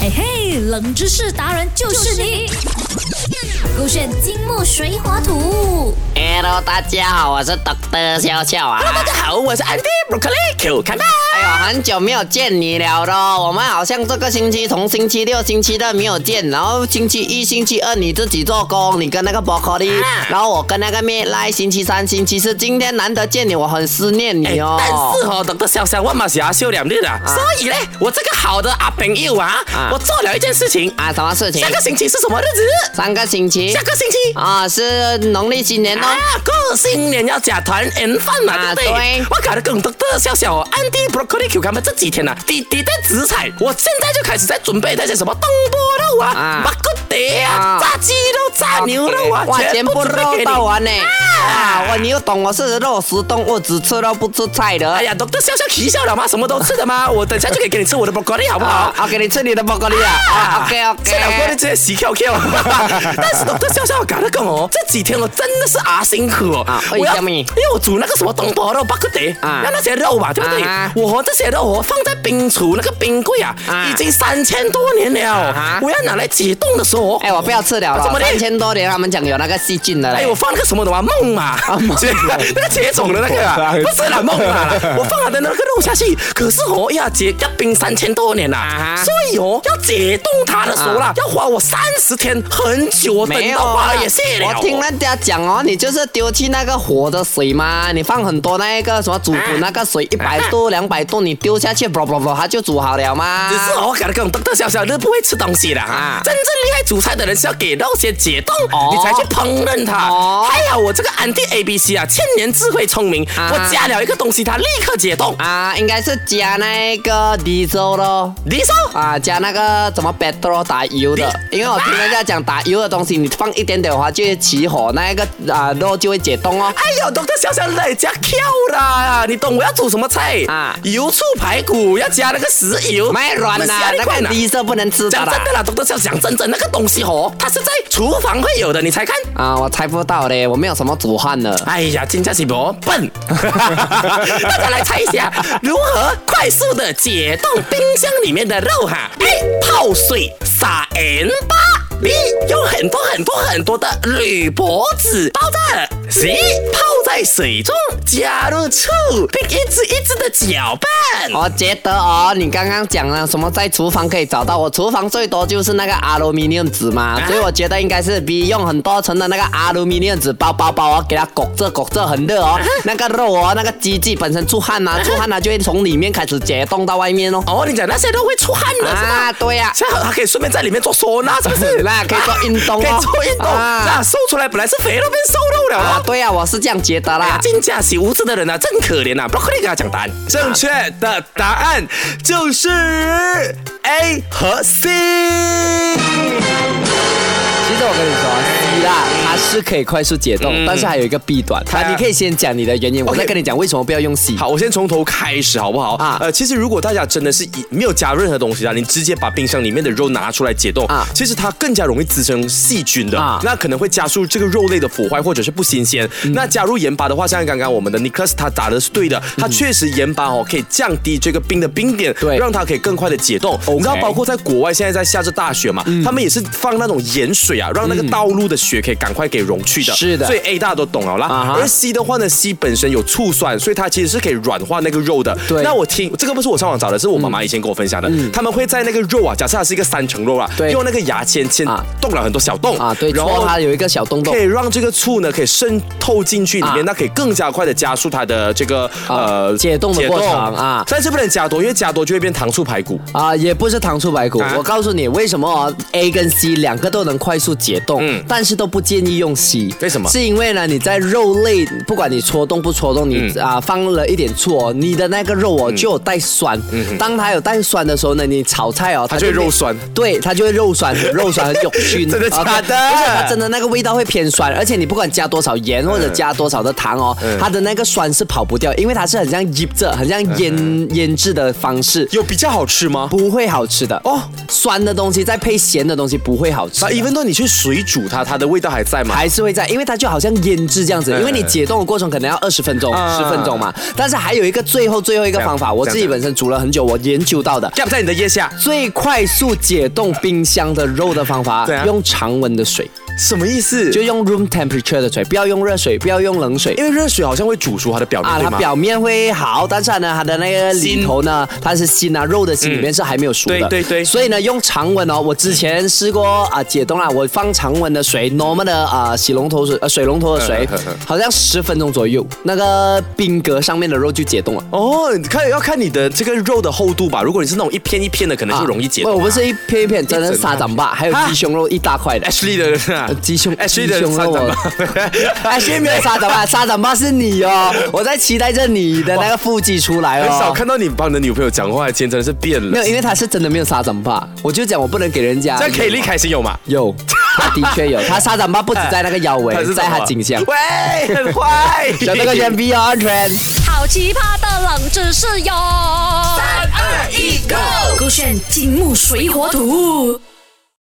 嘿哎嘿，冷知识达人就是你。勾选金木水火土。 Hello，大家好，我是 Doctor 笑笑啊。大家好，我是 Andy Broccoli Q 看到。哎呦，很久没有见你了咯。我们好像这个星期从星期六、星期日没有见，然后星期一、星期二你自己做工，你跟那个 Broccoli，、然啊后我跟那个 m i l i 星期三、星期四，今天难得见你，我很思念你哦。但是哦，等个小小万马霞休两日啊，所以呢，我这个好的阿朋友啊啊，我做了一件事情。啊，哎什么事情下？个星期是什么日子？三个星期下个星期啊，是农历新年哦。啊，过新年要假团圆饭嘛，啊对不对对？我搞得更多的笑笑哦，Andy Broccoli Q 他们这几天呢，啊滴滴的紫菜，我现在就开始在准备那些什么东坡肉啊啊、马骨碟啊啊、炸鸡肉、炸牛肉啊，哇，全部准备肉给你到完呢。啊啊，我你又懂，我是肉食动物，只吃肉不吃菜的。哎呀，懂得笑笑皮笑了吗？什么都吃 的吗？我等一下就可以给你吃我的 broccoli 好不好啊？好，给你吃你的巧克力 啊。OK 吃了过后 OK。直接洗 QQ。但 是懂得笑笑搞得跟我这几天我真的是啊辛苦哦哦啊。为我要什么因为我煮那个什么东坡肉、巴克得，啊那那些肉嘛，对不对啊？我和这些肉我放在冰橱那个冰柜啊啊，已经三千多年哈了。我要拿来解冻的时候，哦哎，我不要吃了怎了，么的三千多年他们讲有那个细菌的嘞。哎，我放那个什么的嘛，梦嘛，啊 结那个茄种的那 个啊，不是啦，梦啦，我放了的那个肉下去，可是哦，要解要冰三千多年啊啦哈，啊所以哦，要解冻它的时候啦，要花我三十天，很久，等没有到啊花了也谢了。我听人家讲哦，你就是丢弃那个火的水嘛，你放很多那个什么煮煮那个水，啊一百度、两百度，你丢下去，啵啵啵，它就煮好了嘛。只是哦，我感觉跟我们大小小都不会吃东西的啊啊。真正厉害煮菜的人是要给那些解冻，哦你才去烹饪它。哦还好我这个安迪 A B C 啊，千年智慧聪明，啊我加了一个东西，它立刻解冻。啊，应该是加那个 diesel 咯。你说啊，加那个怎么 petrol 打油的，哎因为我听人家讲打油的东西，你放一点点的话就会起火，那个啊肉就会解冻哦。哎呦，懂得小小在家跳啦！你懂我要煮什么菜啊油醋排骨要加那个石油，卖软那啦虾，粒那块个啊呐低色不能吃的啊讲啦真。的啦，懂得小讲真真那个东西哦，它是在厨房会有的，你猜看。啊，我猜不到嘞，我没有什么煮饭的。哎呀，金家喜伯笨， 大家来猜一下，如何快速的解冻冰箱里面的肉哈？A 泡水撒盐巴，B 有很多很多很多的铝箔纸包着，C 泡在水中加入醋，并一直一直的搅拌。我觉得哦，你刚刚讲了什么在厨房可以找到？我厨房最多就是那个 aluminium 纸嘛，所以我觉得应该是 B 用很多层的那个 aluminium 纸包包包哦，给它裹着裹着很热哦，那个肉哦，那个机器本身出汗 嘛，出汗它啊就会从里面开始解冻到外面哦。哦，你讲那些都会出汗的，是吧？啊，对呀、？现在还可以顺便在里面做收纳，是不 是那可以做运动哦 可以做运动。啊那瘦出来本来是肥肉变瘦肉了啊，哦。对呀、我是这样觉得哎呀啦，。进价洗无知的人啊，真可怜啊！不快点给他讲答案。正确的答案就是 A 和 C。其实我跟你说，希腊它是可以快速解冻，但是还有一个弊端。啊，你可以先讲你的原因，我再跟你讲为什么不要用洗。好，我先从头开始好不好？啊啊，呃，其实如果大家真的是以没有加任何东西啊，你直接把冰箱里面的肉拿出来解冻，啊啊，其实它更加容易滋生细菌的，啊那可能会加速这个肉类的腐坏或者是不新鲜。嗯那加入盐巴的话，像刚刚我们的 Nicholas 他打的是对的，他确实盐巴哦可以降低这个冰的冰点，嗯对让它可以更快的解冻。你知道，包括在国外现在在下着大雪嘛，嗯他们也是放那种盐水啊，让那个道路的雪可以赶快给融去的。是的所以 A 大家都懂了啦。啊哈而 C 的话呢，C 本身有醋酸，所以它其实是可以软化那个肉的。对嗯那我听这个不是我上网找的，是我妈妈以前跟我分享的。他们会在那个肉啊，假设它是一个三层肉啊，对用那个牙签先啊动了很多小洞啊，对，然然后后它有一个小洞洞可以。让这个醋呢可以渗透进去里面，啊那可以更加快的加速它的这个啊呃解冻的过程解冻啊但是不能加多，因为加多就会变糖醋排骨。啊，也不是糖醋排骨。啊我告诉你，为什么哦 A 跟 C 两个都能快速解冻，但是都不建议用 C。为什么是因为呢，你在肉类，不管你戳动不戳动，你、啊放了一点醋哦，你的那个肉哦、就有带酸。当它有带酸的时候呢，你炒菜哦，它它就会变肉酸对，它就会肉酸，肉酸很有菌。真的假的 OK，而且它真的那个味道会偏酸，而且你不管加多少盐或者加多少的糖哦，它的那个酸是跑不掉，因为它是很像腌制，很像腌、腌制的方式。有比较好吃吗？不会好吃的哦哦，酸的东西再配咸的东西不会好吃啊的。 ，even 你去水煮它，它的味道还在嘛。还是会在，因为它就好像腌制这样子，因为你解冻的过程可能要二十分钟、哎啊十分钟嘛。但是还有一个最后最后一个方这法，样我自这己样本身煮了很久，我研究到的。 gap 在你的腋下，最快速解冻冰箱的肉的方法怎样，用常温的水，什么意思？就用 room temperature 的水，不要用热水，不要用冷水因。为热水好像会煮熟它的表面，啊，对它吗？表面会好，但是呢，它的那个里头呢，它是心啊，肉的心里面是还没有熟的。嗯对对对所以呢，用常温哦，我之前试过啊、解冻啦，我放常温的水，normal 的啊、洗龙头水呃水龙头的水嗯嗯嗯嗯，好像十分钟左右，那个冰格上面的肉就解冻了。哦，你看要看你的这个肉的厚度吧。如果你是那种一片一片的，可能就容易解冻啊、我不是一片一片，真的一是整块沙掌吧，还有啊鸡胸肉一大块的。 Ashley 的、 鸡胸，Ashley 鸡哎的胸肉三哦掌吧 Ashley 没有沙掌吧？沙掌吧是你哦，我在期待着你的那个腹肌出来哦。 很少看到你帮你的女朋友讲话，今天真的是变没了。有，因为他是真的没有沙掌吧，我就讲我不能给人家。这样 k e 开心有吗？有，他的确有，他沙掌吧不止在那个 腰围她，是在什么他颈项，喂，很坏，有那个 M V R trend。好奇葩的冷知识哟！三二一，Go！勾选金木水火土。